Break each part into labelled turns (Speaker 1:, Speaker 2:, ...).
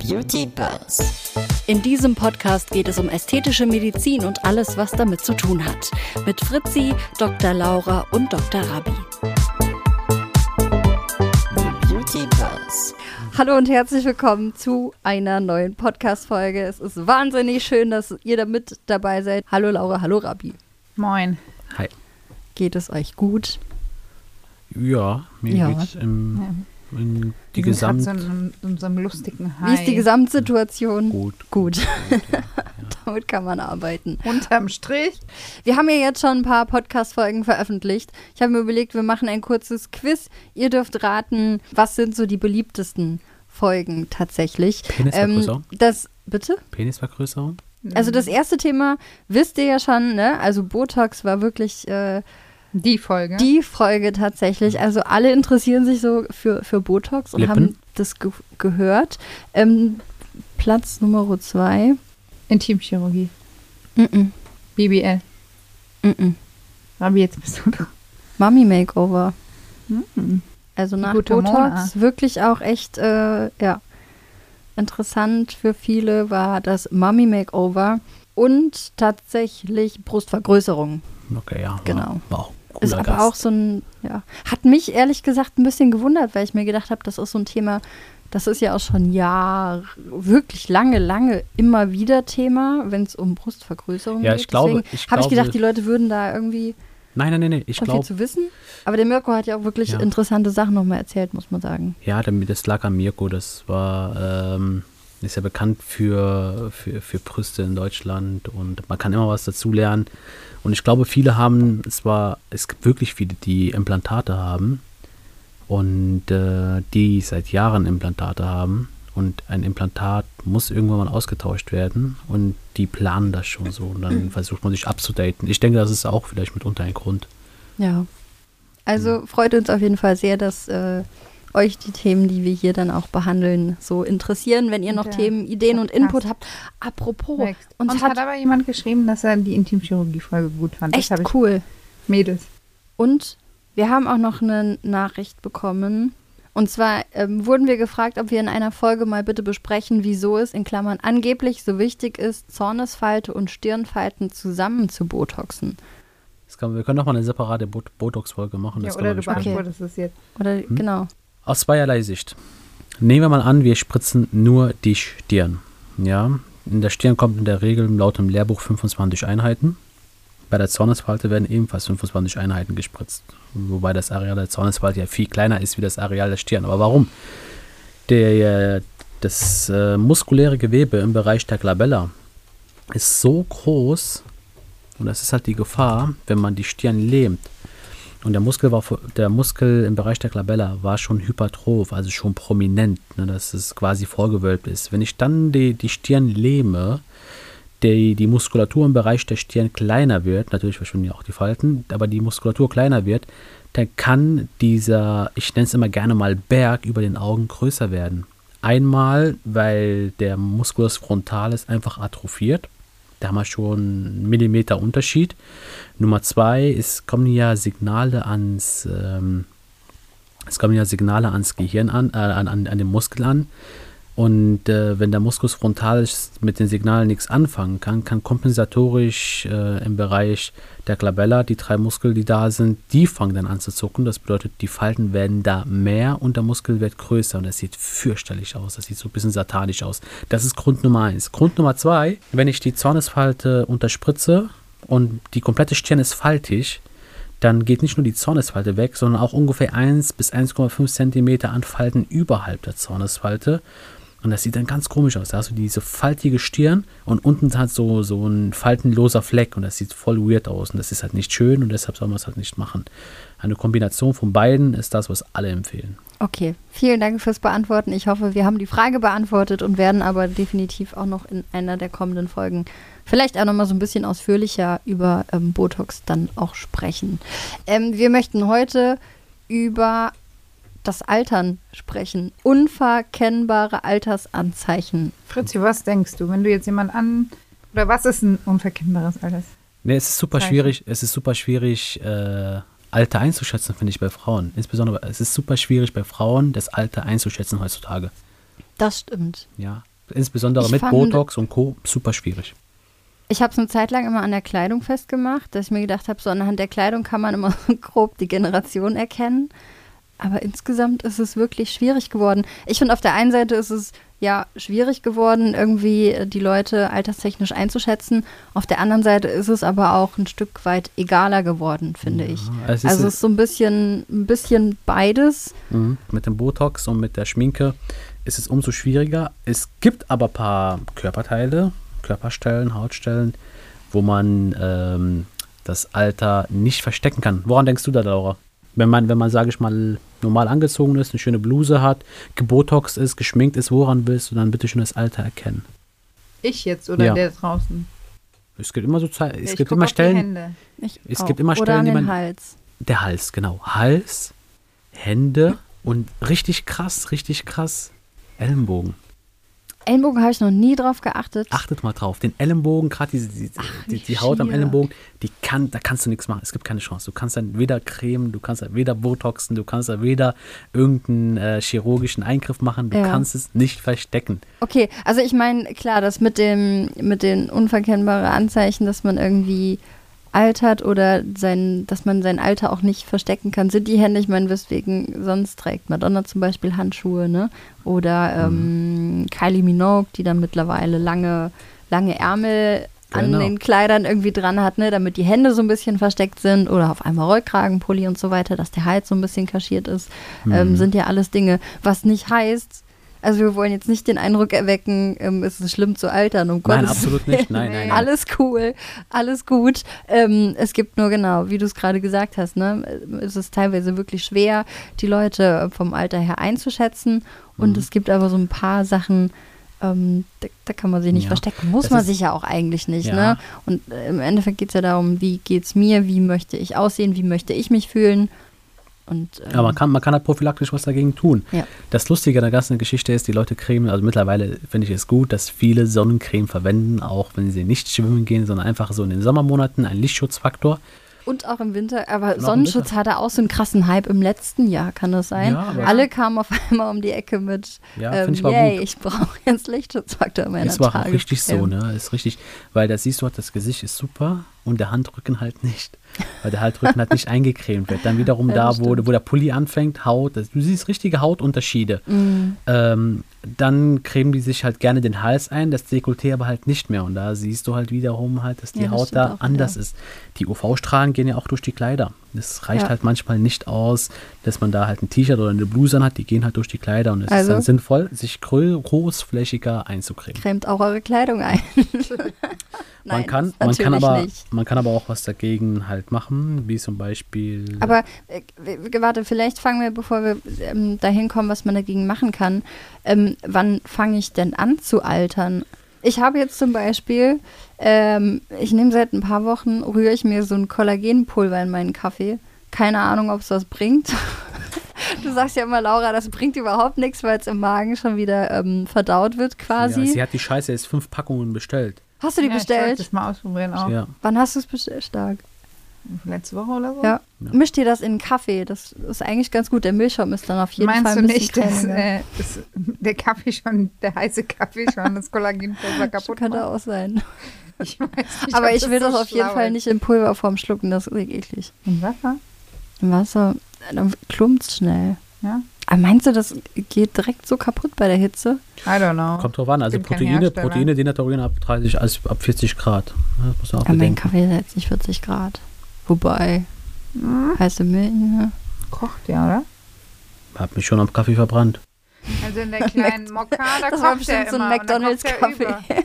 Speaker 1: Beauty Buzz.
Speaker 2: In diesem Podcast geht es um ästhetische Medizin und alles, was damit zu tun hat. Mit Fritzi, Dr. Laura und Dr. Rabi.
Speaker 1: The Beauty Buzz.
Speaker 3: Hallo und herzlich willkommen zu einer neuen Podcast-Folge. Es ist wahnsinnig schön, dass ihr da mit dabei seid. Hallo Laura, hallo Rabi.
Speaker 4: Moin.
Speaker 5: Hi.
Speaker 3: Geht es euch gut?
Speaker 5: Ja, mir
Speaker 3: Ja.
Speaker 5: geht's im, in die
Speaker 4: Wir sind grad
Speaker 5: Gesamt
Speaker 4: So in, in so einem lustigen High.
Speaker 3: Wie ist die Gesamtsituation?
Speaker 5: gut.
Speaker 3: Gut. Damit kann man arbeiten.
Speaker 4: Unterm Strich.
Speaker 3: Wir haben ja jetzt schon ein paar Podcast-Folgen veröffentlicht. Ich habe mir überlegt, wir machen ein kurzes Quiz. Ihr dürft raten, was sind so die beliebtesten Folgen tatsächlich. Ähm,
Speaker 5: Penisvergrößerung?
Speaker 3: das, bitte?
Speaker 5: Penisvergrößerung?
Speaker 3: Also das erste Thema wisst ihr ja schon, ne? Also Botox war wirklich äh,
Speaker 4: Die Folge.
Speaker 3: die Folge tatsächlich. Also alle interessieren sich so für, für Botox und
Speaker 5: Lippen?
Speaker 3: haben das ge gehört. Ähm, Platz Nummer zwei.
Speaker 4: Intimchirurgie.
Speaker 3: Mm -mm,
Speaker 4: BBL.
Speaker 3: mm -mm.
Speaker 4: Rabi, jetzt bist du dran.
Speaker 3: Mummy Makeover. Also nach
Speaker 4: gute
Speaker 3: Botox
Speaker 4: Mona.
Speaker 3: wirklich auch echt, äh, ja, interessant für viele war das Mummy Makeover und tatsächlich Brustvergrößerung.
Speaker 5: Okay, ja.
Speaker 3: Genau.
Speaker 5: War auch ein cooler
Speaker 3: Ist aber
Speaker 5: Gast.
Speaker 3: auch so ein, ja, hat mich ehrlich gesagt ein bisschen gewundert, weil ich mir gedacht habe, das ist so ein Thema, das ist ja auch schon Jahre, wirklich lange, lange immer wieder Thema, wenn es um Brustvergrößerung
Speaker 5: Ja,
Speaker 3: geht.
Speaker 5: ich glaube-
Speaker 3: Deswegen
Speaker 5: ich
Speaker 3: habe ich
Speaker 5: glaube-
Speaker 3: gedacht, die Leute würden da irgendwie
Speaker 5: nein, nein, nein, nein. Ich
Speaker 3: schon viel
Speaker 5: glaube,
Speaker 3: zu wissen. Aber der Mirko hat ja auch wirklich
Speaker 5: Ja.
Speaker 3: interessante Sachen nochmal erzählt, muss man sagen.
Speaker 5: ja, damit- das lag an Mirko. Das war, ähm, ist ja bekannt für, für, für Brüste in Deutschland und man kann immer was dazulernen. Und ich glaube, viele haben, es war, es gibt wirklich viele, die Implantate haben und äh, die seit Jahren Implantate haben. Und ein Implantat muss irgendwann mal ausgetauscht werden und die planen das schon so. Und
Speaker 4: Mhm.
Speaker 5: dann versucht man sich abzudaten. Ich denke, das ist auch vielleicht mitunter ein Grund.
Speaker 3: Ja.
Speaker 5: Mhm.
Speaker 3: Also freut uns auf jeden Fall sehr, dass äh, euch die Themen, die wir hier dann auch behandeln, so interessieren. Wenn ihr noch
Speaker 4: Ja.
Speaker 3: Themen, Ideen und
Speaker 4: Podcast.
Speaker 3: Input habt. Apropos,
Speaker 4: Next.
Speaker 3: uns
Speaker 4: Uns hat,
Speaker 3: Oh. hat,
Speaker 4: aber jemand geschrieben, dass er die Intimchirurgie-Folge gut fand.
Speaker 3: echt
Speaker 4: das hab ich.
Speaker 3: cool.
Speaker 4: Mädels.
Speaker 3: Und wir haben auch noch eine Nachricht bekommen. Und zwar ähm, wurden wir gefragt, ob wir in einer Folge mal bitte besprechen, wieso es in Klammern angeblich so wichtig ist, Zornesfalte und Stirnfalten zusammen zu botoxen.
Speaker 5: Das kann, wir können noch mal eine separate Bot Botox-Folge machen.
Speaker 4: Ja,
Speaker 5: das
Speaker 4: oder
Speaker 5: kann
Speaker 4: du
Speaker 5: man besprechen.
Speaker 4: beantwortest es jetzt.
Speaker 3: Oder genau.
Speaker 5: Aus zweierlei Sicht. Nehmen wir mal an, wir spritzen nur die Stirn. Ja, in der Stirn kommt in der Regel laut dem Lehrbuch 25 Einheiten. Bei der Zornesfalte werden ebenfalls 25 Einheiten gespritzt. Wobei das Areal der Zornesfalte ja viel kleiner ist wie das Areal der Stirn. Aber warum? Der, äh, das äh, muskuläre Gewebe im Bereich der Glabella ist so groß und das ist halt die Gefahr, wenn man die Stirn lähmt. Und der Muskel war vor- der Muskel im Bereich der Glabella war schon hypertroph, also schon prominent, ne, dass es quasi vorgewölbt ist. Wenn ich dann die, die Stirn lähme, die, die Muskulatur im Bereich der Stirn kleiner wird, natürlich verschwinden ja auch die Falten, aber die Muskulatur kleiner wird, dann kann dieser, ich nenne es immer gerne mal Berg über den Augen größer werden. Einmal, weil der Musculus frontalis einfach atrophiert. Da haben wir schon einen Millimeter Unterschied. Nummer zwei, es kommen ja Signale ans, ähm, es kommen ja Signale ans Gehirn an, äh, an, an, an den Muskel an. Und äh, wenn der Muskus frontalis mit den Signalen nichts anfangen kann, kann kompensatorisch äh, im Bereich der Glabella, die drei Muskeln, die da sind, die fangen dann an zu zucken. Das bedeutet, die Falten werden da mehr und der Muskel wird größer. Und das sieht fürchterlich aus. Das sieht so ein bisschen satanisch aus. Das ist Grund Nummer eins. Grund Nummer zwei, wenn ich die Zornesfalte unterspritze und die komplette Stirn ist faltig, dann geht nicht nur die Zornesfalte weg, sondern auch ungefähr 1 bis 1,5 Zentimeter an Falten überhalb der Zornesfalte. Und das sieht dann ganz komisch aus. Da hast du diese faltige Stirn und unten hat so, so ein faltenloser Fleck und das sieht voll weird aus. Und das ist halt nicht schön und deshalb soll man es halt nicht machen. Eine Kombination von beiden ist das, was alle empfehlen.
Speaker 3: Okay, vielen Dank fürs Beantworten. Ich hoffe, wir haben die Frage beantwortet und werden aber definitiv auch noch in einer der kommenden Folgen vielleicht auch nochmal so ein bisschen ausführlicher über ähm, Botox dann auch sprechen. Ähm, wir möchten heute über das Altern sprechen. Unverkennbare Altersanzeichen.
Speaker 4: Fritzi, was denkst du, wenn du jetzt jemand an. Oder was ist ein unverkennbares Alter?
Speaker 5: Nee, es ist super
Speaker 4: Zeichen.
Speaker 5: schwierig, es ist super schwierig, äh, Alter einzuschätzen, finde ich bei Frauen. Insbesondere, es ist super schwierig bei Frauen, das Alter einzuschätzen heutzutage.
Speaker 3: Das stimmt.
Speaker 5: Ja. insbesondere
Speaker 3: Ich
Speaker 5: mit
Speaker 3: fand-
Speaker 5: Botox und Co. super schwierig.
Speaker 3: Ich habe es eine Zeit lang immer an der Kleidung festgemacht, dass ich mir gedacht habe, so anhand der Kleidung kann man immer so grob die Generation erkennen. Aber insgesamt ist es wirklich schwierig geworden. Ich finde, auf der einen Seite ist es ja schwierig geworden, irgendwie äh, die Leute alterstechnisch einzuschätzen. Auf der anderen Seite ist es aber auch ein Stück weit egaler geworden, finde ich.
Speaker 5: Es ist,
Speaker 3: Also es ist so ein bisschen, ein bisschen beides.
Speaker 5: Mhm. Mit dem Botox und mit der Schminke ist es umso schwieriger. Es gibt aber ein paar Körperteile, Körperstellen, Hautstellen, wo man ähm, das Alter nicht verstecken kann. Woran denkst du da, Laura? Wenn man, wenn man, sage ich mal, normal angezogen ist, eine schöne Bluse hat, gebotox ist, geschminkt ist, woran willst du dann bitte schon das Alter erkennen?
Speaker 4: Ich jetzt oder
Speaker 5: Ja.
Speaker 4: der draußen?
Speaker 5: Es gibt immer so Zei- es
Speaker 4: ich
Speaker 5: gibt
Speaker 4: guck
Speaker 5: immer
Speaker 4: auf die
Speaker 5: Stellen,
Speaker 4: Hände.
Speaker 3: Ich
Speaker 5: Es
Speaker 3: auch.
Speaker 5: gibt immer
Speaker 3: Oder
Speaker 5: Stellen,
Speaker 3: an
Speaker 5: die
Speaker 3: den
Speaker 5: man-
Speaker 3: Hals.
Speaker 5: der Hals, genau. Hals, Hände und richtig krass, richtig krass Ellenbogen.
Speaker 3: Ellenbogen habe ich noch nie drauf geachtet.
Speaker 5: achtet mal drauf. Den Ellenbogen, gerade diese, diese, die, die Haut am
Speaker 3: schier.
Speaker 5: Ellenbogen, die kann, da kannst du nichts machen. Es gibt keine Chance. Du kannst dann weder cremen, du kannst dann weder botoxen, du kannst dann weder irgendeinen äh, chirurgischen Eingriff machen. Du
Speaker 3: Ja.
Speaker 5: kannst es nicht verstecken.
Speaker 3: Okay, also ich meine, klar, das mit dem mit den unverkennbaren Anzeichen, dass man irgendwie altert oder sein, dass man sein Alter auch nicht verstecken kann, sind die Hände, ich meine, weswegen sonst trägt Madonna zum Beispiel Handschuhe, ne? Oder ähm, Kylie Minogue, die dann mittlerweile lange, lange Ärmel
Speaker 5: Genau.
Speaker 3: an den Kleidern irgendwie dran hat, ne, damit die Hände so ein bisschen versteckt sind oder auf einmal Rollkragenpulli und so weiter, dass der Hals so ein bisschen kaschiert ist, ähm, sind ja alles Dinge, was nicht heißt, also wir wollen jetzt nicht den Eindruck erwecken, ähm, es ist schlimm zu altern, um
Speaker 5: Nein,
Speaker 3: Gottes
Speaker 5: absolut nicht. Nein, nein, nein.
Speaker 3: alles cool, alles gut. Ähm, es gibt nur genau, wie du es gerade gesagt hast, ne? es ist teilweise wirklich schwer, die Leute vom Alter her einzuschätzen. Und
Speaker 5: Mhm.
Speaker 3: es gibt aber so ein paar Sachen, ähm, da, da kann man sich nicht
Speaker 5: Ja.
Speaker 3: verstecken. Muss
Speaker 5: Das
Speaker 3: man
Speaker 5: ist-
Speaker 3: sich ja auch eigentlich nicht.
Speaker 5: Ja.
Speaker 3: Ne? Und äh, im Endeffekt geht es ja darum, wie geht's mir, wie möchte ich aussehen, wie möchte ich mich fühlen. Und, ähm,
Speaker 5: Aber man kann, man kann halt prophylaktisch was dagegen tun.
Speaker 3: Ja.
Speaker 5: Das Lustige an der ganzen Geschichte ist, die Leute cremen, also mittlerweile finde ich es gut, dass viele Sonnencreme verwenden, auch wenn sie nicht schwimmen gehen, sondern einfach so in den Sommermonaten, ein Lichtschutzfaktor.
Speaker 3: Und auch im Winter, aber
Speaker 5: im
Speaker 3: Sonnenschutz
Speaker 5: Winter.
Speaker 3: hatte auch so einen krassen Hype im letzten Jahr, kann das sein?
Speaker 5: Ja, aber-
Speaker 3: Alle kamen auf einmal um die Ecke mit,
Speaker 5: Ja,
Speaker 3: ähm,
Speaker 5: find ich aber
Speaker 3: yay,
Speaker 5: gut.
Speaker 3: ich brauche jetzt Lichtschutzfaktor in meiner
Speaker 5: Es war auch
Speaker 3: Tage.
Speaker 5: richtig so,
Speaker 3: Ähm,
Speaker 5: ne? Ist richtig, weil da siehst du halt, das Gesicht ist super und der Handrücken halt nicht. Weil der Handrücken halt nicht eingecremt wird. Dann wiederum
Speaker 3: Ja,
Speaker 5: da,
Speaker 3: das
Speaker 5: wo,
Speaker 3: stimmt.
Speaker 5: wo der Pulli anfängt, Haut, das, du siehst richtige Hautunterschiede.
Speaker 3: Mm.
Speaker 5: Ähm, dann cremen die sich halt gerne den Hals ein, das Dekolleté aber halt nicht mehr. Und da siehst du halt wiederum halt, dass die
Speaker 3: Ja, das
Speaker 5: Haut
Speaker 3: stimmt
Speaker 5: da
Speaker 3: auch
Speaker 5: anders
Speaker 3: wieder.
Speaker 5: ist. Die UV-Strahlen gehen ja auch durch die Kleider. Das reicht
Speaker 3: Ja.
Speaker 5: halt manchmal nicht aus, dass man da halt ein T-Shirt oder eine Bluse anhat, die gehen halt durch die Kleider und es ist
Speaker 3: Also?
Speaker 5: dann sinnvoll, sich grö- großflächiger einzucremen.
Speaker 3: Cremt auch eure Kleidung ein. Nein,
Speaker 5: man kann,
Speaker 3: das
Speaker 5: man kann,
Speaker 3: natürlich
Speaker 5: aber,
Speaker 3: nicht.
Speaker 5: man kann aber auch was dagegen halt machen, wie zum Beispiel.
Speaker 3: Aber äh, w- warte, vielleicht fangen wir, bevor wir ähm, dahin kommen, was man dagegen machen kann. Ähm, wann fange ich denn an zu altern? Ich habe jetzt zum Beispiel, ähm, ich nehme seit ein paar Wochen, rühre ich mir so ein Kollagenpulver in meinen Kaffee. Keine Ahnung, ob es was bringt. Du sagst ja immer, Laura, das bringt überhaupt nichts, weil es im Magen schon wieder ähm, verdaut wird quasi.
Speaker 5: ja, sie hat die Scheiße jetzt fünf Packungen bestellt.
Speaker 3: hast du die
Speaker 4: Ja, Ich wollte
Speaker 3: bestellt?
Speaker 4: das mal ausprobieren auch.
Speaker 5: Ja.
Speaker 3: Wann hast du es bestellt? Stark.
Speaker 4: Letzte Woche oder so.
Speaker 3: Ja.
Speaker 5: Ja.
Speaker 3: Misch dir das in einen Kaffee. Das ist eigentlich ganz gut. Der Milchschaum ist dann auf jeden
Speaker 4: Meinst
Speaker 3: Fall
Speaker 4: du
Speaker 3: ein bisschen ne?
Speaker 4: nicht, dass
Speaker 3: cremiger.
Speaker 4: äh, dass der Kaffee schon, der heiße Kaffee schon das Kollagenpulver kaputt
Speaker 3: Könnte
Speaker 4: macht?
Speaker 3: auch sein.
Speaker 4: Ich weiß nicht,
Speaker 3: Aber
Speaker 4: ob
Speaker 3: ich will
Speaker 4: so
Speaker 3: das auf jeden
Speaker 4: schlau
Speaker 3: Fall
Speaker 4: ist.
Speaker 3: nicht in Pulverform schlucken, das ist eklig.
Speaker 4: In Wasser?
Speaker 3: Im Wasser, dann klumpt's schnell.
Speaker 4: Ja.
Speaker 3: Aber meinst du, das geht direkt so kaputt bei der Hitze?
Speaker 4: I don't know.
Speaker 5: Kommt drauf an. Also
Speaker 4: bin kein
Speaker 5: Proteine,
Speaker 4: Hersteller.
Speaker 5: Proteine denaturieren ab 30, also ab 40 Grad. Das muss man auch
Speaker 3: Aber mein
Speaker 5: bedenken.
Speaker 3: Kaffee ist jetzt nicht 40 Grad. Wobei,
Speaker 4: Mhm.
Speaker 3: heiße Milch, ne?
Speaker 4: Kocht ja, oder?
Speaker 5: Hab mich schon am Kaffee verbrannt.
Speaker 4: Also in der kleinen Mokka, da
Speaker 3: Das
Speaker 4: kocht
Speaker 3: war
Speaker 4: der
Speaker 3: bestimmt so ein
Speaker 4: immer und dann kocht der über.
Speaker 3: McDonalds-Kaffee.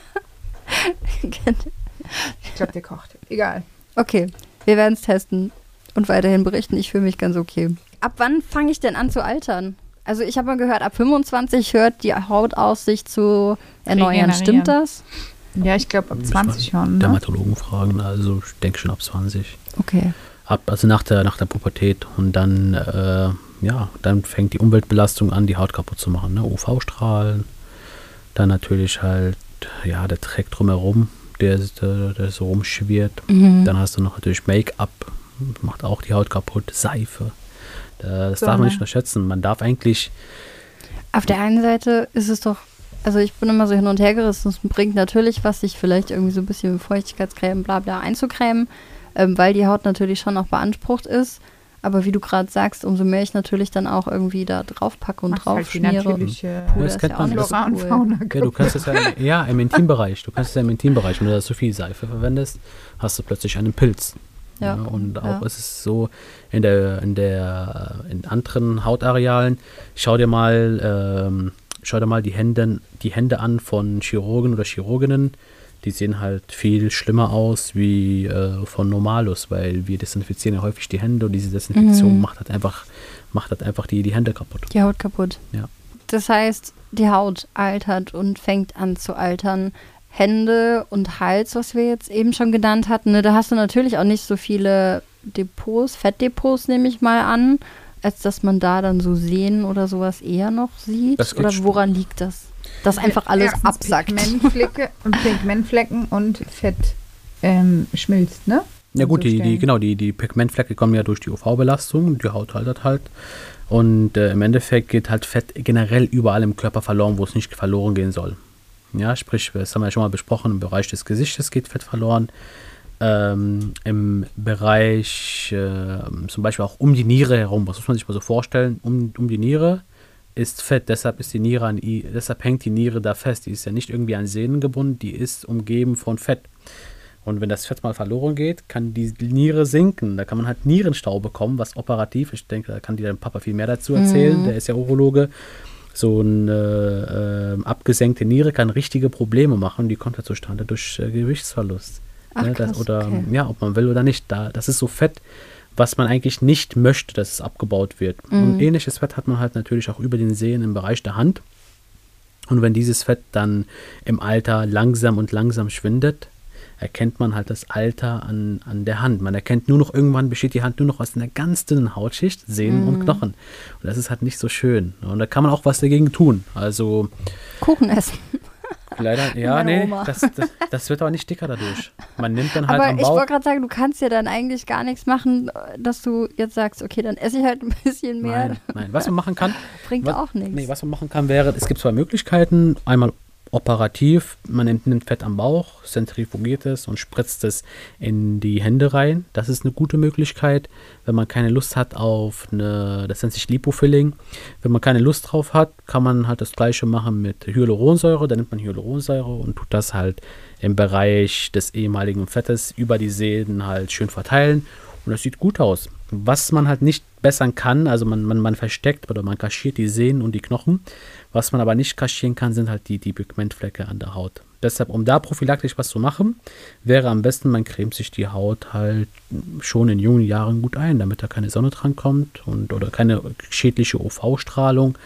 Speaker 4: Ich glaube, der kocht. Egal.
Speaker 3: okay, wir werden es testen und weiterhin berichten. Ich fühle mich ganz okay. Ab wann fange ich denn an zu altern? Also ich habe mal gehört, ab 25 hört die Haut auf, sich zu erneuern. Stimmt
Speaker 4: Regenerieren.
Speaker 3: das?
Speaker 4: Ja, ich glaube, ab 20 schon. Ne?
Speaker 5: Dermatologen fragen, also ich denke schon ab 20.
Speaker 3: Okay.
Speaker 5: Ab, also nach der, nach der Pubertät. Und dann, äh, ja, dann fängt die Umweltbelastung an, die Haut kaputt zu machen. Ne? UV-Strahlen. Dann natürlich halt, ja, der Dreck drumherum, der, der, der so rumschwirrt. Dann hast du noch natürlich Make-up, macht auch die Haut kaputt, Seife. Da- Das darf
Speaker 4: Sonne.
Speaker 5: man nicht unterschätzen. Man darf eigentlich,
Speaker 3: Auf der einen Seite ist es doch Also ich bin immer so hin und her gerissen. Es bringt natürlich was, sich vielleicht irgendwie so ein bisschen mit Feuchtigkeitscreme, bla bla einzucremen, ähm, weil die Haut natürlich schon noch beansprucht ist. Aber wie du gerade sagst, umso mehr ich natürlich dann auch irgendwie da drauf packe und
Speaker 4: Machst
Speaker 3: drauf
Speaker 4: halt die
Speaker 3: schmiere.
Speaker 4: natürliche
Speaker 3: Puder
Speaker 5: das
Speaker 3: ist
Speaker 5: kennt
Speaker 3: ja auch
Speaker 5: man.
Speaker 3: nicht so
Speaker 4: Flora und
Speaker 3: cool.
Speaker 4: Fauna.
Speaker 5: Ja, du kannst es ja, ja im Intimbereich. Du kannst es ja im Intimbereich. Wenn du da zu viel Seife verwendest, hast du plötzlich einen Pilz.
Speaker 3: Ja,
Speaker 5: und
Speaker 3: ja.
Speaker 5: auch ist es so in der in der in anderen Hautarealen. Schau dir mal ähm, schau dir mal die Hände die Hände an von Chirurgen oder Chirurginnen. Die sehen halt viel schlimmer aus wie äh, von Normalus, weil wir desinfizieren ja häufig die Hände und diese
Speaker 3: Mhm.
Speaker 5: Desinfektion macht halt einfach macht halt einfach die, die Hände kaputt.
Speaker 3: Die Haut kaputt.
Speaker 5: Ja.
Speaker 3: Das heißt, die Haut altert und fängt an zu altern. Hände und Hals, was wir jetzt eben schon genannt hatten, ne, da hast du natürlich auch nicht so viele Depots, Fettdepots nehme ich mal an, als dass man da dann so Sehnen oder sowas eher noch sieht.
Speaker 5: Das geht
Speaker 3: oder
Speaker 5: schon.
Speaker 3: woran liegt das? Dass einfach alles
Speaker 4: Erstens
Speaker 3: absackt.
Speaker 4: Pigmentflecke, Pigmentflecken und Fett ähm, schmilzt, ne?
Speaker 5: Ja gut,
Speaker 4: So
Speaker 5: die, die,
Speaker 4: Stellen.
Speaker 5: genau, die, die Pigmentflecke kommen ja durch die UV-Belastung, die Haut haltet halt. Und äh, im Endeffekt geht halt Fett generell überall im Körper verloren, wo es nicht verloren gehen soll. Ja, sprich, das haben wir ja schon mal besprochen, im Bereich des Gesichtes geht Fett verloren. Ähm, Im Bereich äh, zum Beispiel auch um die Niere herum, was muss man sich mal so vorstellen, um, um die Niere ist Fett, deshalb ist die Niere an i- deshalb hängt die Niere da fest. Die ist ja nicht irgendwie an Sehnen gebunden, die ist umgeben von Fett. Und wenn das Fett mal verloren geht, kann die Niere sinken. Da kann man halt Nierenstau bekommen, was operativ, ich denke, da kann dir dein Papa viel mehr dazu erzählen, der ist ja Urologe. So eine ähm, abgesenkte Niere kann richtige Probleme machen, die kommt ja zustande durch äh, Gewichtsverlust.
Speaker 3: Ach,
Speaker 5: Ne, das,
Speaker 3: krass,
Speaker 5: oder
Speaker 3: okay.
Speaker 5: ja, ob man will oder nicht. Da, das ist so Fett, was man eigentlich nicht möchte, dass es abgebaut wird.
Speaker 3: Mhm.
Speaker 5: Und ähnliches Fett hat man halt natürlich auch über den Sehnen im Bereich der Hand. Und wenn dieses Fett dann im Alter langsam und langsam schwindet, erkennt man halt das Alter an, an der Hand. Man erkennt nur noch, irgendwann besteht die Hand nur noch aus einer ganz dünnen Hautschicht, Sehnen
Speaker 3: Mhm.
Speaker 5: und Knochen. Und das ist halt nicht so schön. Und da kann man auch was dagegen tun. Also
Speaker 3: Kuchen essen.
Speaker 5: leider, ja,
Speaker 3: Ah, Meine
Speaker 5: nee,
Speaker 3: Oma.
Speaker 5: das, das, das wird aber nicht dicker dadurch. Man nimmt dann halt
Speaker 3: Aber
Speaker 5: am
Speaker 3: ich
Speaker 5: Bauch.
Speaker 3: wollte gerade sagen, du kannst ja dann eigentlich gar nichts machen, dass du jetzt sagst, okay, dann esse ich halt ein bisschen mehr.
Speaker 5: Nein, nein. Was man machen kann,
Speaker 3: Bringt
Speaker 5: was,
Speaker 3: auch nichts.
Speaker 5: Nee, was man machen kann, wäre, es gibt zwei Möglichkeiten. Einmal operativ, man nimmt, nimmt Fett am Bauch, zentrifugiert es und spritzt es in die Hände rein. Das ist eine gute Möglichkeit, wenn man keine Lust hat auf eine, das nennt sich Lipofilling. Wenn man keine Lust drauf hat, kann man halt das gleiche machen mit Hyaluronsäure. Dann nimmt man Hyaluronsäure und tut das halt im Bereich des ehemaligen Fettes über die Sehnen halt schön verteilen. Und das sieht gut aus. Was man halt nicht bessern kann, also man, man, man versteckt oder man kaschiert die Sehnen und die Knochen. Was man aber nicht kaschieren kann, sind halt die, die Pigmentflecke an der Haut. Deshalb, um da prophylaktisch was zu machen, wäre am besten, man cremt sich die Haut halt schon in jungen Jahren gut ein, damit da keine Sonne dran kommt und oder keine schädliche UV-Strahlung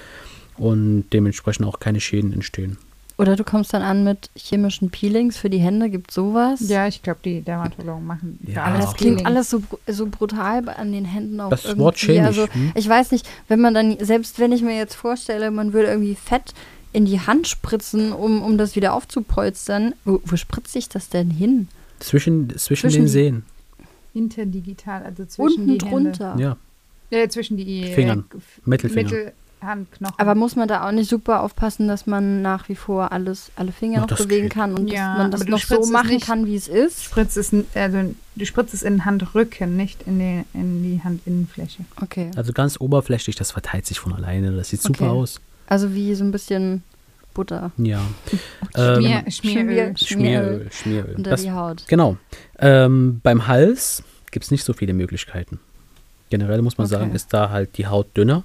Speaker 5: und dementsprechend auch keine Schäden entstehen.
Speaker 3: Oder du kommst dann an mit chemischen Peelings für die Hände, gibt sowas?
Speaker 4: Ja, ich glaube, die Dermatologen machen für
Speaker 5: Ja,
Speaker 4: alles.
Speaker 5: das
Speaker 3: Das klingt
Speaker 4: Peeling.
Speaker 3: alles so, br- so brutal bei- an den Händen auch
Speaker 5: Das
Speaker 3: irgendwie.
Speaker 5: Wort chemisch,
Speaker 3: also,
Speaker 5: hm?
Speaker 3: Ich weiß nicht, wenn man dann, selbst wenn ich mir jetzt vorstelle, man würde irgendwie Fett in die Hand spritzen, um, um das wieder aufzupolstern, wo, wo spritze ich das denn hin?
Speaker 5: Zwischen, zwischen,
Speaker 3: Zwischen
Speaker 5: den
Speaker 3: die-
Speaker 5: Sehnen,
Speaker 4: interdigital, also zwischen
Speaker 3: Unten
Speaker 4: die Hände.
Speaker 3: drunter.
Speaker 5: ja.
Speaker 4: Äh, zwischen die äh,
Speaker 5: Fingern.
Speaker 4: F-
Speaker 5: Mittelfinger.
Speaker 4: Mittelhandknochen.
Speaker 3: Aber muss man da auch nicht super aufpassen, dass man nach wie vor alles, alle Finger
Speaker 5: Ja,
Speaker 3: noch
Speaker 5: das
Speaker 3: bewegen
Speaker 5: geht.
Speaker 3: kann und
Speaker 4: Ja,
Speaker 3: dass man das
Speaker 4: aber du
Speaker 3: noch so
Speaker 4: spritzt es
Speaker 3: machen
Speaker 4: nicht.
Speaker 3: kann, wie es ist?
Speaker 4: Spritz ist, n- also du spritzt es in den Handrücken, nicht in die, in die Handinnenfläche.
Speaker 3: Okay.
Speaker 5: Also ganz oberflächlich, das verteilt sich von alleine. Das sieht super
Speaker 3: Okay.
Speaker 5: aus.
Speaker 3: Also wie so ein bisschen Butter.
Speaker 5: Ja. Ähm,
Speaker 4: Schmier, Schmieröl.
Speaker 5: Schmieröl, Schmieröl.
Speaker 3: unter
Speaker 5: Das,
Speaker 3: die Haut.
Speaker 5: genau. Ähm, beim Hals gibt es nicht so viele Möglichkeiten. Generell muss man
Speaker 4: Okay.
Speaker 5: sagen, ist da halt die Haut dünner,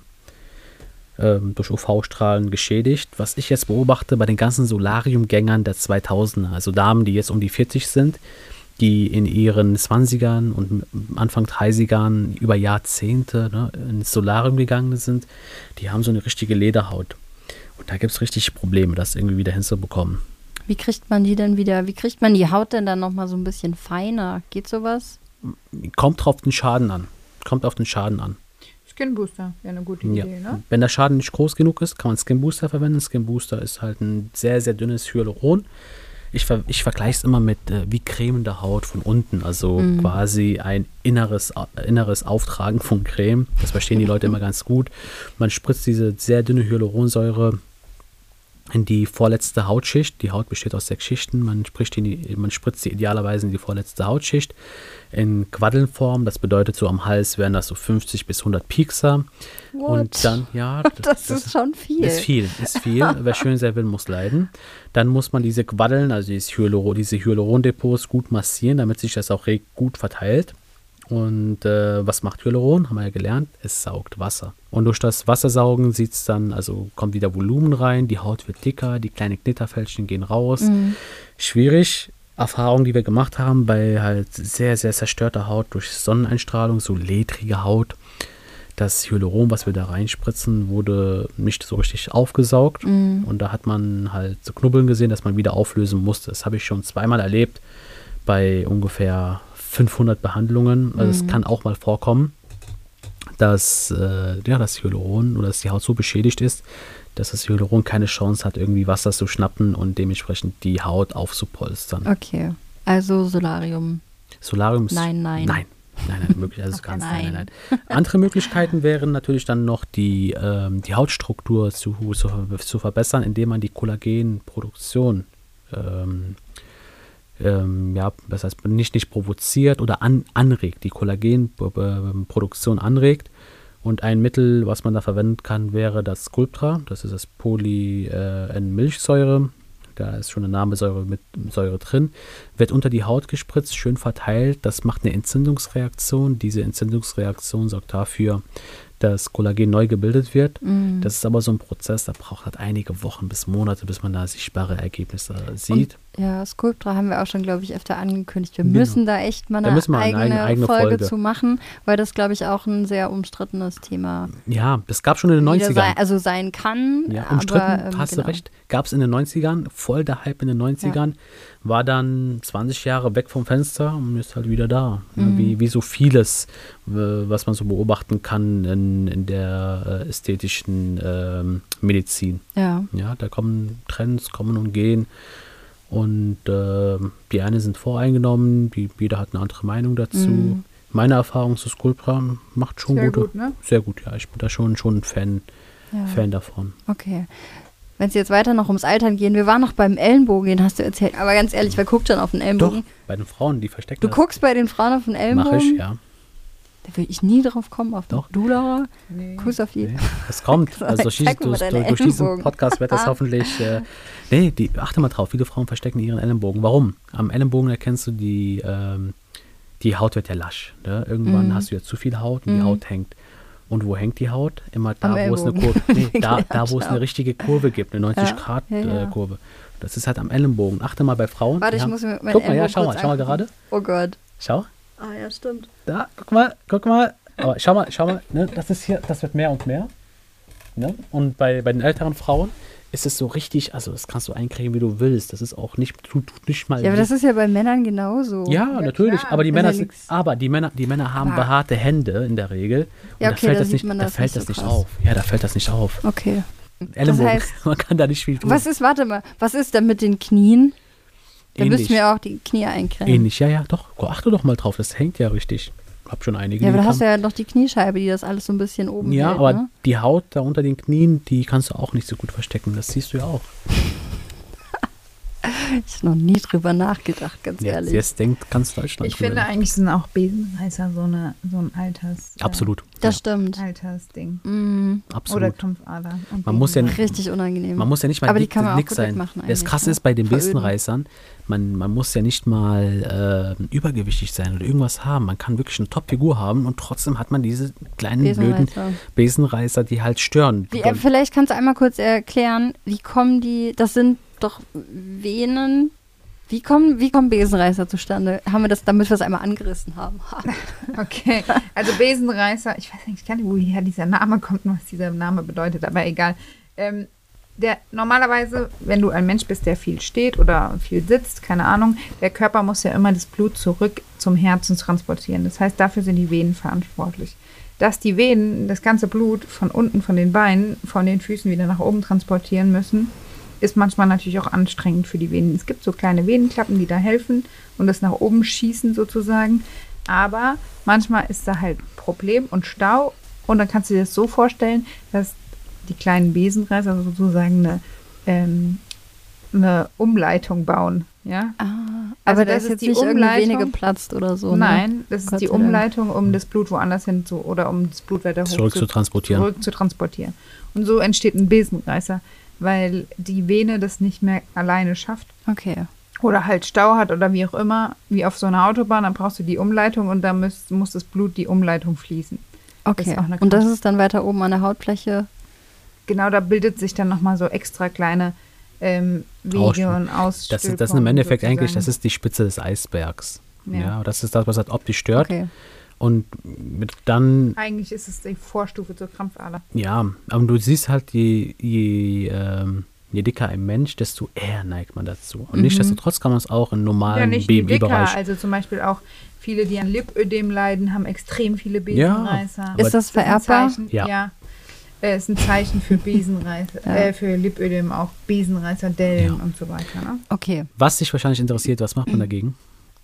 Speaker 5: ähm, durch UV-Strahlen geschädigt. Was ich jetzt beobachte bei den ganzen Solariumgängern der 2000er, also Damen, die jetzt um die 40 sind, die in ihren 20ern und Anfang 30ern über Jahrzehnte ne, ins Solarium gegangen sind, die haben so eine richtige Lederhaut. Und da gibt es richtig Probleme, das irgendwie wieder hinzubekommen.
Speaker 3: Wie kriegt man die denn wieder, wie kriegt man die Haut denn dann nochmal so ein bisschen feiner? Geht sowas?
Speaker 5: Kommt drauf den Schaden an. Kommt auf den Schaden an.
Speaker 4: Skin Booster wäre eine gute
Speaker 5: Ja. Hm.
Speaker 4: Idee, ne?
Speaker 5: Wenn der Schaden nicht groß genug ist, kann man Skin Booster verwenden. Skin Booster ist halt ein sehr, sehr dünnes Hyaluron. Ich, ver ich vergleiche es immer mit äh, wie cremende Haut von unten. Also quasi ein inneres, Au- inneres Auftragen von Creme. Das verstehen die Leute immer ganz gut. Man spritzt diese sehr dünne Hyaluronsäure in die vorletzte Hautschicht. Die Haut besteht aus sechs Schichten. Man, spricht in die, man spritzt sie idealerweise in die vorletzte Hautschicht in Quaddelnform. Das bedeutet, so am Hals wären das so 50 bis 100 Piekser. Und
Speaker 3: What?
Speaker 5: dann, ja,
Speaker 3: Das ist schon viel.
Speaker 5: Ist viel, ist viel. Wer schön sein will, muss leiden. Dann muss man diese Quaddeln, also dieses Hyaluron, diese Hyalurondepots gut massieren, damit sich das auch re- gut verteilt. Und äh, was macht Hyaluron? Haben wir ja gelernt, es saugt Wasser. Und durch das Wassersaugen sieht's dann, also kommt wieder Volumen rein, die Haut wird dicker, die kleinen Knitterfältchen gehen raus. Schwierig. Erfahrung, die wir gemacht haben, bei halt sehr, sehr zerstörter Haut durch Sonneneinstrahlung, so ledrige Haut das Hyaluron, was wir da reinspritzen, wurde nicht so richtig aufgesaugt. Und da hat man halt so Knubbeln gesehen, dass man wieder auflösen musste. Das habe ich schon zweimal erlebt bei ungefähr 500 Behandlungen. Also es kann auch mal vorkommen, dass äh, ja, das Hyaluron oder dass die Haut so beschädigt ist, dass das Hyaluron keine Chance hat, irgendwie Wasser zu schnappen und dementsprechend die Haut aufzupolstern.
Speaker 3: Okay. Also Solarium.
Speaker 5: Solarium ist.
Speaker 3: Nein, nein.
Speaker 5: Nein, nein, nein, möglich, also ganz nein. nein,
Speaker 3: Nein.
Speaker 5: nein. Andere Möglichkeiten wären natürlich dann noch die, ähm, die Hautstruktur zu, zu, zu verbessern, indem man die Kollagenproduktion ähm, ähm, ja, das heißt nicht, nicht provoziert oder an, anregt, die Kollagenproduktion anregt. Und ein Mittel, was man da verwenden kann, wäre das Sculptra. Das ist das Poly-N-Milchsäure. da ist schon eine Namesäure mit Säure drin. Wird unter die Haut gespritzt, schön verteilt. Das macht eine Entzündungsreaktion. Diese Entzündungsreaktion sorgt dafür, dass Kollagen neu gebildet wird. Das ist aber so ein Prozess, da braucht halt einige Wochen bis Monate, bis man da sichtbare Ergebnisse sieht.
Speaker 3: Ja, Sculptra haben wir auch schon, glaube ich, öfter angekündigt. Wir
Speaker 5: Genau.
Speaker 3: müssen da echt mal
Speaker 5: Da
Speaker 3: eine,
Speaker 5: müssen wir eine
Speaker 3: eigene,
Speaker 5: eigene- eigene
Speaker 3: Folge,
Speaker 5: Folge.
Speaker 3: zu machen, weil das, glaube ich, auch ein sehr umstrittenes Thema
Speaker 5: Ja, das gab schon in den
Speaker 3: wieder
Speaker 5: 90ern.
Speaker 3: sei, also sein kann.
Speaker 5: ja, umstritten,
Speaker 3: aber, ähm,
Speaker 5: hast
Speaker 3: genau.
Speaker 5: du recht. Gab es in den 90ern, voll der Hype in den 90ern, war dann 20 Jahre weg vom Fenster und ist halt wieder da.
Speaker 3: Mhm.
Speaker 5: Ja, wie, wie so vieles, äh, was man so beobachten kann in, in der äh, ästhetischen ähm, Medizin.
Speaker 3: Ja.
Speaker 5: Ja, da kommen Trends, kommen und gehen. Und äh, die einen sind voreingenommen, die, jeder hat eine andere Meinung dazu.
Speaker 3: Mhm.
Speaker 5: Meine Erfahrung zu Sculptra macht schon
Speaker 4: Sehr
Speaker 5: gute.
Speaker 4: gut, ne?
Speaker 5: Sehr gut, ja. Ich bin da schon, schon ein Fan,
Speaker 3: Ja.
Speaker 5: Fan davon.
Speaker 3: Okay. Wenn es jetzt weiter noch ums Altern gehen, wir waren noch beim Ellenbogen, den hast du erzählt. Aber ganz ehrlich, wer guckt dann auf den
Speaker 5: Doch,
Speaker 3: Ellenbogen?
Speaker 5: bei den Frauen, die versteckt
Speaker 3: Du guckst bei den Frauen auf den Ellenbogen?
Speaker 5: Mache ich, ja.
Speaker 3: Da will ich nie drauf kommen, auf den
Speaker 5: Doch.
Speaker 3: Du, Laura?
Speaker 4: Nee.
Speaker 3: Kuss auf die.
Speaker 5: Nee, es kommt. Also durch,
Speaker 3: Zeig
Speaker 5: diesen-
Speaker 3: mir mal
Speaker 5: durch,
Speaker 3: deine
Speaker 5: durch, durch diesen
Speaker 3: Ellenbogen.
Speaker 5: Podcast wird das hoffentlich. Äh, nee, die, achte mal drauf, viele Frauen verstecken ihren Ellenbogen. Warum? Am Ellenbogen erkennst du die, ähm, die Haut wird ja lasch. Ne? Irgendwann
Speaker 3: Mhm.
Speaker 5: hast du ja zu viel Haut und die Haut hängt. Und wo hängt die Haut? Immer da,
Speaker 3: Am
Speaker 5: wo es eine Kurve,
Speaker 3: Ellbogen.
Speaker 5: nee, da, da, wo es
Speaker 3: Ja. genau.
Speaker 5: eine richtige Kurve gibt, eine 90-Grad-Kurve.
Speaker 3: ja, ja.
Speaker 5: Das ist halt am Ellenbogen. Achte mal bei Frauen.
Speaker 3: Warte,
Speaker 5: die
Speaker 3: ich
Speaker 5: haben-
Speaker 3: muss mir meinen
Speaker 5: Guck mal, ja,
Speaker 3: Ellenbogen
Speaker 5: schau mal,
Speaker 3: kurz
Speaker 5: schau mal
Speaker 3: angucken.
Speaker 5: gerade. Äh,
Speaker 3: Oh Gott.
Speaker 5: Schau.
Speaker 3: Ah ja, stimmt.
Speaker 5: Da, guck mal, guck mal. Aber schau mal, schau mal, ne, das ist hier, das wird mehr und mehr. Ne? Und bei, bei den älteren Frauen ist es so richtig, also das kannst du einkriegen, wie du willst. Das ist auch nicht, tut, tut nicht mal.
Speaker 3: Ja, aber
Speaker 5: weh.
Speaker 3: das ist ja bei Männern genauso.
Speaker 5: ja, natürlich.
Speaker 4: klar.
Speaker 5: Aber die
Speaker 3: Das ist
Speaker 5: Männer
Speaker 3: ja
Speaker 5: sind,
Speaker 3: nix.
Speaker 5: aber die Männer, die Männer haben
Speaker 3: Aber-
Speaker 5: behaarte Hände in der Regel.
Speaker 3: Ah. Ja,
Speaker 5: und da
Speaker 3: okay,
Speaker 5: fällt
Speaker 3: da
Speaker 5: das
Speaker 3: sieht
Speaker 5: nicht,
Speaker 3: man
Speaker 5: da
Speaker 3: das
Speaker 5: fällt
Speaker 3: nicht so
Speaker 5: das nicht
Speaker 3: krass.
Speaker 5: auf. Ja, da fällt das nicht auf.
Speaker 3: Okay.
Speaker 5: Ellenbogen,
Speaker 3: heißt-
Speaker 5: man kann da nicht viel tun.
Speaker 3: Was ist, warte mal, was ist denn mit den Knien? Da
Speaker 5: Ähnlich.
Speaker 3: müssen wir auch die Knie einkremen.
Speaker 5: Ähnlich, ja, ja, doch. Guck, Achte doch mal drauf, das hängt ja richtig. Hab schon einige.
Speaker 3: Ja,
Speaker 5: die
Speaker 3: aber da hast
Speaker 5: kamen-
Speaker 3: du ja noch die Kniescheibe, die das alles so ein bisschen oben
Speaker 5: Ja,
Speaker 3: hält,
Speaker 5: aber
Speaker 3: ne?
Speaker 5: die Haut da unter den Knien, die kannst du auch nicht so gut verstecken. Das siehst du ja auch.
Speaker 3: Ich habe noch nie drüber nachgedacht, ganz
Speaker 5: Jetzt,
Speaker 3: ehrlich.
Speaker 5: jetzt denkt ganz Deutschland.
Speaker 4: Ich
Speaker 5: drüber
Speaker 4: finde
Speaker 5: nach.
Speaker 4: eigentlich sind auch Besenreißer so, eine, so ein Alters, äh, Mhm.
Speaker 5: absolut.
Speaker 3: Das stimmt.
Speaker 4: Altersding.
Speaker 5: ja,
Speaker 3: Mm,
Speaker 4: Oder
Speaker 5: absolut.
Speaker 4: Trumpfader. und
Speaker 5: Man muss ja
Speaker 4: Besenreißer.
Speaker 3: richtig unangenehm.
Speaker 5: Mhm. Man muss ja nicht mal
Speaker 3: Aber die
Speaker 5: dick-
Speaker 3: kann man auch
Speaker 5: dick
Speaker 3: gut
Speaker 5: sein.
Speaker 3: wegmachen
Speaker 5: das
Speaker 3: eigentlich,
Speaker 5: Krasse
Speaker 3: ne?
Speaker 5: ist bei den
Speaker 3: Veröden.
Speaker 5: Besenreißern, man, man muss ja nicht mal äh, übergewichtig sein oder irgendwas haben. Man kann wirklich eine Top-Figur haben und trotzdem hat man diese kleinen blöden
Speaker 3: Besenreißer.
Speaker 5: Besenreißer, die halt stören.
Speaker 3: Die, äh,
Speaker 5: Dann-
Speaker 3: vielleicht kannst du einmal kurz erklären, wie kommen die, das sind doch Venen. Wie kommen, wie kommen Besenreißer zustande? Haben wir das, damit wir es einmal angerissen haben? Ha.
Speaker 4: Okay, also Besenreißer, ich weiß eigentlich gar nicht, woher dieser Name kommt und was dieser Name bedeutet, aber egal. Ähm, der, normalerweise, wenn du ein Mensch bist, der viel steht oder viel sitzt, keine Ahnung, der Körper muss ja immer das Blut zurück zum Herzen transportieren. Das heißt, dafür sind die Venen verantwortlich. Dass die Venen das ganze Blut von unten, von den Beinen, von den Füßen wieder nach oben transportieren müssen, ist manchmal natürlich auch anstrengend für die Venen. Es gibt so kleine Venenklappen, die da helfen und das nach oben schießen sozusagen. Aber manchmal ist da halt Problem und Stau. Und dann kannst du dir das so vorstellen, dass die kleinen Besenreißer sozusagen eine ähm, eine Umleitung bauen. Ja?
Speaker 3: Ah, Aber
Speaker 4: Also
Speaker 3: da
Speaker 4: das
Speaker 3: ist
Speaker 4: ist
Speaker 3: jetzt
Speaker 4: die
Speaker 3: nicht irgendwie
Speaker 4: Umleitung.
Speaker 3: wenig geplatzt oder so. Ne?
Speaker 4: Nein, das
Speaker 3: Gott
Speaker 4: ist die
Speaker 3: sei Dank.
Speaker 4: Umleitung, um das Blut woanders hin zu oder um das Blut weiter hoch
Speaker 5: Zurück zu transportieren.
Speaker 4: Zurück zu transportieren. Und so entsteht ein Besenreißer, weil die Vene das nicht mehr alleine schafft
Speaker 3: Okay.
Speaker 4: oder halt Stau hat oder wie auch immer, wie auf so einer Autobahn, dann brauchst du die Umleitung und dann muss, muss das Blut die Umleitung fließen.
Speaker 3: Okay.
Speaker 4: auch eine
Speaker 3: Und das
Speaker 4: Krankheit.
Speaker 3: ist dann weiter oben an der Hautfläche.
Speaker 4: Genau, da bildet sich dann nochmal so extra kleine ähm, Wege
Speaker 5: Ausstülpungen.
Speaker 4: und Ausstülpungen.
Speaker 5: Das, ist- das ist im Endeffekt
Speaker 4: sozusagen.
Speaker 5: eigentlich, das ist die Spitze des Eisbergs.
Speaker 4: Ja.
Speaker 5: Ja. das ist das, was halt optisch stört.
Speaker 3: Okay.
Speaker 5: Und mit dann,
Speaker 4: Eigentlich ist es die Vorstufe zur Krampfader.
Speaker 5: ja, aber du siehst halt, je, je, ähm, je dicker ein Mensch, desto eher neigt man dazu. Und nichtsdestotrotz kann man es auch im
Speaker 4: Mhm. Ja,
Speaker 5: normalen
Speaker 4: nicht die Dicker,
Speaker 5: BMI-Bereich.
Speaker 4: also zum Beispiel auch viele, die an Lipödem leiden, haben extrem viele Besenreißer.
Speaker 5: Aber
Speaker 3: ist das
Speaker 4: ist ein
Speaker 3: vererbbar?
Speaker 4: Zeichen-
Speaker 5: Ja.
Speaker 4: ja. Äh, ist ein Zeichen für Besenreißer, äh, für Lipödem auch Besenreißer, Dellen
Speaker 5: Ja.
Speaker 4: und so weiter. Ne?
Speaker 3: Okay.
Speaker 5: Was dich wahrscheinlich interessiert, was macht man dagegen?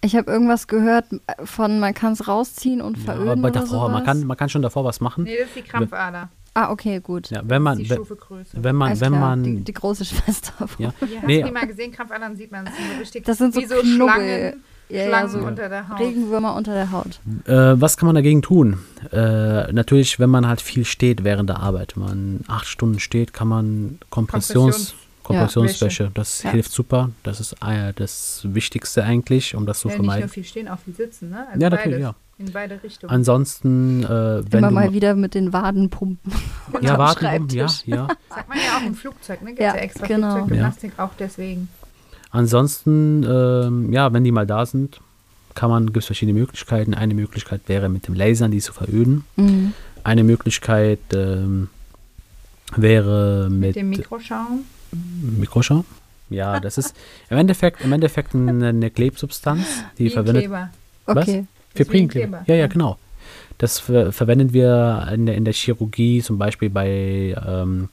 Speaker 3: Ich habe irgendwas gehört von, man kann es rausziehen und
Speaker 5: Ja,
Speaker 3: veröden
Speaker 5: aber
Speaker 3: oder
Speaker 5: davor,
Speaker 3: sowas.
Speaker 5: man, kann, man kann schon davor was machen.
Speaker 4: Nee, das ist die Krampfader.
Speaker 3: ah, okay, gut.
Speaker 5: Ja, wenn
Speaker 4: Das
Speaker 5: man,
Speaker 4: ist die
Speaker 5: wenn-
Speaker 4: Stufe größer.
Speaker 5: wenn man,
Speaker 3: Alles
Speaker 5: wenn
Speaker 3: klar.
Speaker 5: man,
Speaker 3: die, die große Schwester. von-
Speaker 5: ja,
Speaker 4: Ja, Hast
Speaker 5: nee,
Speaker 4: du die mal gesehen? Krampfadern sieht man. Das sind so richtig
Speaker 3: Das sind so
Speaker 4: wie so
Speaker 3: Knubbel.
Speaker 4: Schlangen,
Speaker 3: Ja,
Speaker 4: Schlangen
Speaker 3: ja, so
Speaker 4: unter der Haut.
Speaker 3: Regenwürmer unter der Haut.
Speaker 5: Äh, was kann man dagegen tun? Äh, natürlich, wenn man halt viel steht während der Arbeit. Wenn man acht Stunden steht, kann man Kompressions, Kompressionswäsche. das
Speaker 3: Ja.
Speaker 5: hilft super. Das ist äh, das Wichtigste eigentlich, um das zu
Speaker 4: ja, nicht nur
Speaker 5: vermeiden.
Speaker 4: viel stehen, auch viel sitzen. Ne? Also
Speaker 5: Ja, natürlich,
Speaker 4: beides.
Speaker 5: ja.
Speaker 4: In beide Richtungen.
Speaker 5: Ansonsten, äh, wenn
Speaker 3: Immer
Speaker 5: du
Speaker 3: mal wieder mit den Waden pumpen.
Speaker 5: ja,
Speaker 3: am
Speaker 5: warten, um, ja,
Speaker 3: Schreibtisch.
Speaker 5: ja.
Speaker 4: Sagt man ja auch im Flugzeug, ne? Gibt
Speaker 3: Ja,
Speaker 4: ja, extra
Speaker 3: genau.
Speaker 4: Flugzeuggymnastik auch deswegen.
Speaker 5: Ansonsten, ähm, ja, wenn die mal da sind, kann man, gibt es verschiedene Möglichkeiten. Eine Möglichkeit wäre, mit dem Lasern die zu veröden.
Speaker 3: Mhm.
Speaker 5: Eine Möglichkeit ähm, wäre
Speaker 4: Mit
Speaker 5: mit,
Speaker 4: dem Mikroschaum.
Speaker 5: Mikroschau? Ja, das ist im Endeffekt, im Endeffekt eine, eine Klebsubstanz, die
Speaker 4: wie ein
Speaker 5: verwendet.
Speaker 4: Kleber.
Speaker 3: Okay.
Speaker 4: Ist
Speaker 5: Für
Speaker 4: wie ein
Speaker 5: Prienkleber.
Speaker 4: Kleber.
Speaker 5: Ja, ja, genau. Das ver verwenden wir in der, in der Chirurgie, zum Beispiel bei ähm,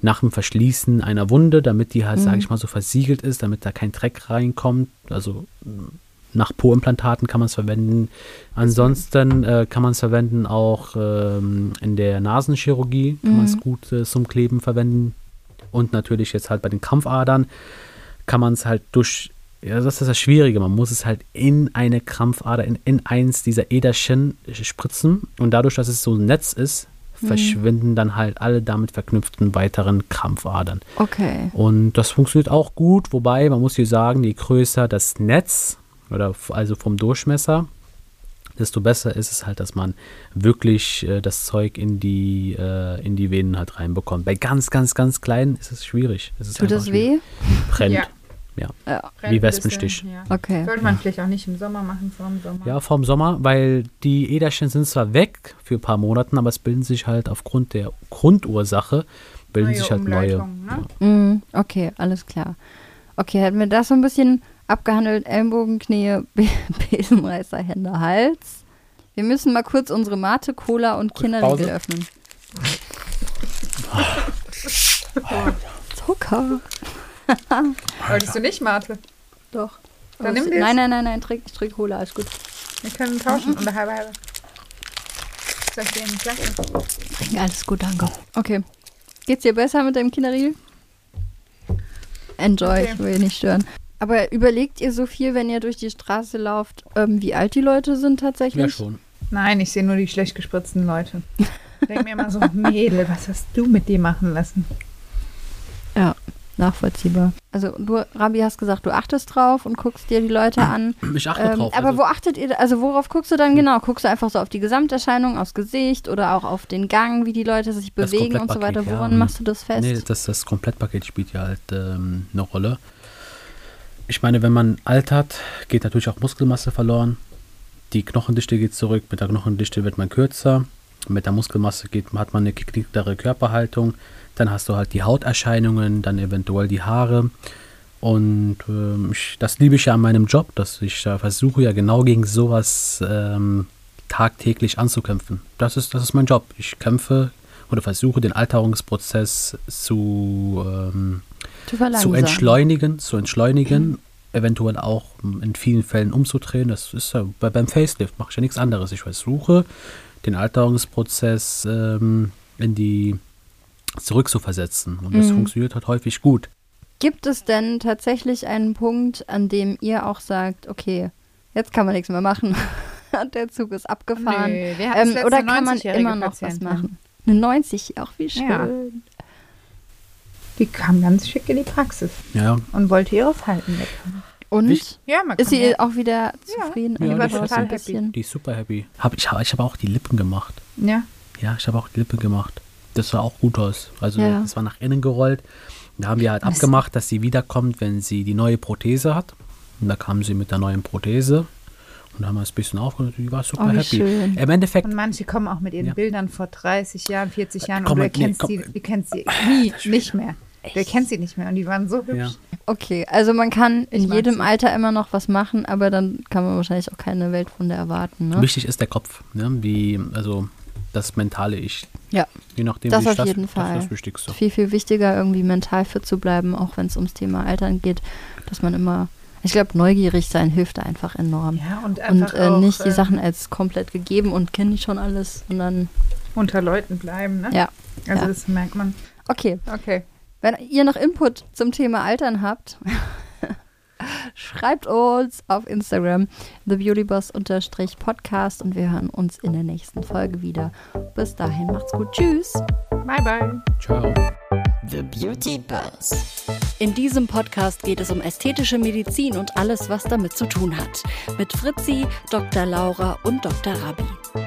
Speaker 5: nach dem Verschließen einer Wunde, damit die halt, sage ich mal, so versiegelt ist, damit da kein Dreck reinkommt. Also mh, nach Po-Implantaten kann man es verwenden. Ansonsten äh, kann man es verwenden auch ähm, in der Nasenchirurgie, kann man es gut äh, zum Kleben verwenden. Und natürlich jetzt halt bei den Krampfadern kann man es halt durch, ja, das ist das Schwierige, man muss es halt in eine Krampfader, in, in eins dieser Äderchen spritzen und dadurch, dass es so ein Netz ist,
Speaker 3: Mhm.
Speaker 5: verschwinden dann halt alle damit verknüpften weiteren Krampfadern.
Speaker 3: Okay.
Speaker 5: Und das funktioniert auch gut, wobei man muss hier sagen, je größer das Netz oder f- also vom Durchmesser, desto besser ist es halt, dass man wirklich äh, das Zeug in die, äh, in die Venen halt reinbekommt. Bei ganz, ganz, ganz kleinen ist es schwierig. Es ist
Speaker 3: Tut
Speaker 5: einfach
Speaker 3: das
Speaker 5: schwierig.
Speaker 3: weh?
Speaker 5: Brennt.
Speaker 4: Ja.
Speaker 5: ja.
Speaker 4: Brennt ein
Speaker 5: Wespenstich.
Speaker 4: bisschen, Ja.
Speaker 3: Okay.
Speaker 4: Sollte man vielleicht auch nicht im Sommer machen, vor dem Sommer.
Speaker 5: Ja, vorm Sommer, weil die Äderchen sind zwar weg für ein paar Monaten, aber es bilden sich halt aufgrund der Grundursache, bilden
Speaker 4: Neue
Speaker 5: sich halt neue.
Speaker 4: Umleitungen, ne?
Speaker 3: Mhm. Okay, alles klar. Okay, hätten wir das so ein bisschen abgehandelt. Ellenbogen, Knie, Be Besenreißer, Hände, Hals. Wir müssen mal kurz unsere Mate, Cola und Kinderriegel
Speaker 5: Pause.
Speaker 3: öffnen. Zucker.
Speaker 4: Wolltest du nicht, Marte?
Speaker 3: Doch.
Speaker 4: Dann
Speaker 3: Aber
Speaker 4: nimm
Speaker 3: es-
Speaker 4: das.
Speaker 3: nein, nein, nein, nein, trink, ich trinke Cola, alles gut.
Speaker 4: Wir können
Speaker 3: Mhm.
Speaker 4: tauschen oder halbe halbe. Soll ich dir eine Flasche?
Speaker 3: Trink alles gut, danke. Okay. Geht's dir besser mit deinem Kinderriegel? Enjoy,
Speaker 4: Okay.
Speaker 3: ich will nicht stören. Aber überlegt ihr so viel, wenn ihr durch die Straße lauft, ähm, wie alt die Leute sind tatsächlich?
Speaker 5: Ja, schon.
Speaker 4: Nein, ich sehe nur die schlecht gespritzten Leute. Denk mir immer so, Mädel, was hast du mit dir machen lassen?
Speaker 3: Nachvollziehbar. Also du, Rabi, hast gesagt, du achtest drauf und guckst dir die Leute an.
Speaker 5: Ich achte
Speaker 3: Ähm,
Speaker 5: drauf. also-
Speaker 3: aber
Speaker 5: Hm.
Speaker 3: wo achtet ihr, also worauf guckst du dann genau? Guckst du einfach so auf die Gesamterscheinung, aufs Gesicht oder auch auf den Gang, wie die Leute sich
Speaker 5: Das
Speaker 3: bewegen und so weiter?
Speaker 5: Komplettpaket, ja.
Speaker 3: Woran machst du das fest?
Speaker 5: Nee, das, das Komplettpaket spielt ja halt ähm, eine Rolle. Ich meine, wenn man altert, geht natürlich auch Muskelmasse verloren. Die Knochendichte geht zurück, mit der Knochendichte wird man kürzer. Mit der Muskelmasse geht, hat man eine geknicktere Körperhaltung. Dann hast du halt die Hauterscheinungen, dann eventuell die Haare. Und ähm, ich, das liebe ich ja an meinem Job, dass ich da versuche ja genau gegen sowas ähm, tagtäglich anzukämpfen. Das ist, das ist mein Job. Ich kämpfe oder versuche den Alterungsprozess zu, ähm,
Speaker 3: zu
Speaker 5: zu
Speaker 3: verlangsamen.
Speaker 5: entschleunigen, zu entschleunigen, eventuell auch um in vielen Fällen umzudrehen. Das ist ja bei, beim Facelift mache ich ja nichts anderes. Ich versuche den Alterungsprozess ähm, in die zurückzuversetzen und das funktioniert halt häufig gut.
Speaker 3: Gibt es denn tatsächlich einen Punkt, an dem ihr auch sagt, okay, jetzt kann man nichts mehr machen? Der Zug ist abgefahren.
Speaker 4: Nö, wir hatten
Speaker 3: ähm,
Speaker 4: das
Speaker 3: oder
Speaker 4: letzte
Speaker 3: kann man
Speaker 4: 90-jährige
Speaker 3: immer noch was
Speaker 4: Patienten.
Speaker 3: machen? Eine 90, auch wie schön.
Speaker 4: Ja. Die kam ganz schick in die Praxis
Speaker 5: Ja,
Speaker 4: und wollte ihre Falten weg.
Speaker 3: Und
Speaker 5: Wichtig-
Speaker 4: Ja, man
Speaker 3: ist
Speaker 4: kann
Speaker 3: sie
Speaker 4: ja.
Speaker 3: auch wieder zufrieden?
Speaker 5: die
Speaker 3: Und
Speaker 5: war
Speaker 3: so ein
Speaker 4: total happy.
Speaker 3: bisschen-
Speaker 5: die ist super happy. Hab, ich habe ich hab auch die Lippen gemacht.
Speaker 4: ja.
Speaker 5: Ja, ich habe auch die Lippe gemacht. Das sah auch gut aus. Also
Speaker 3: Ja.
Speaker 5: das war nach innen gerollt. Da haben wir halt abgemacht, dass sie wiederkommt, wenn sie die neue Prothese hat. Und da kam sie mit der neuen Prothese. Und da haben wir es ein bisschen aufgenommen. Die war super
Speaker 3: Oh, wie
Speaker 5: happy.
Speaker 3: schön.
Speaker 5: Im Endeffekt,
Speaker 4: Und manche kommen auch mit ihren
Speaker 5: Ja.
Speaker 4: Bildern vor 30 Jahren, 40 Jahren und
Speaker 5: Komm,
Speaker 4: du
Speaker 5: nee,
Speaker 4: erkennst
Speaker 5: komm.
Speaker 4: die, du kennst sie nie, nicht mehr. Du erkennst sie nicht mehr und die waren so hübsch.
Speaker 5: ja.
Speaker 3: Okay, also man kann
Speaker 4: Ich
Speaker 3: in
Speaker 4: mag
Speaker 3: jedem
Speaker 4: sie.
Speaker 3: Alter immer noch was machen, aber dann kann man wahrscheinlich auch keine Weltwunder erwarten. Ne?
Speaker 5: wichtig ist der Kopf. Ne? Wie, also das mentale Ich.
Speaker 3: Ja,
Speaker 5: Je nachdem,
Speaker 3: Das
Speaker 5: wie ich
Speaker 3: auf jeden Fall.
Speaker 5: Das ist das Wichtigste.
Speaker 3: viel, viel wichtiger, irgendwie mental fit zu bleiben, auch wenn es ums Thema Altern geht, dass man immer, ich glaube, neugierig sein hilft einfach enorm.
Speaker 4: Ja, und einfach
Speaker 3: Und äh,
Speaker 4: auch,
Speaker 3: nicht die
Speaker 4: äh,
Speaker 3: Sachen als komplett gegeben und kenne ich schon alles, sondern
Speaker 4: unter Leuten bleiben. Ne?
Speaker 3: ja.
Speaker 4: Also
Speaker 3: ja.
Speaker 4: das merkt man.
Speaker 3: Okay,
Speaker 4: Okay.
Speaker 3: wenn ihr noch Input zum Thema Altern habt, schreibt uns auf Instagram thebeautyboss-podcast und wir hören uns in der nächsten Folge wieder. Bis dahin, macht's gut. Tschüss.
Speaker 4: Bye, bye.
Speaker 5: Ciao.
Speaker 1: The Beauty Buzz.
Speaker 2: In diesem Podcast geht es um ästhetische Medizin und alles, was damit zu tun hat. Mit Fritzi, Dr. Laura und Dr. Rabi.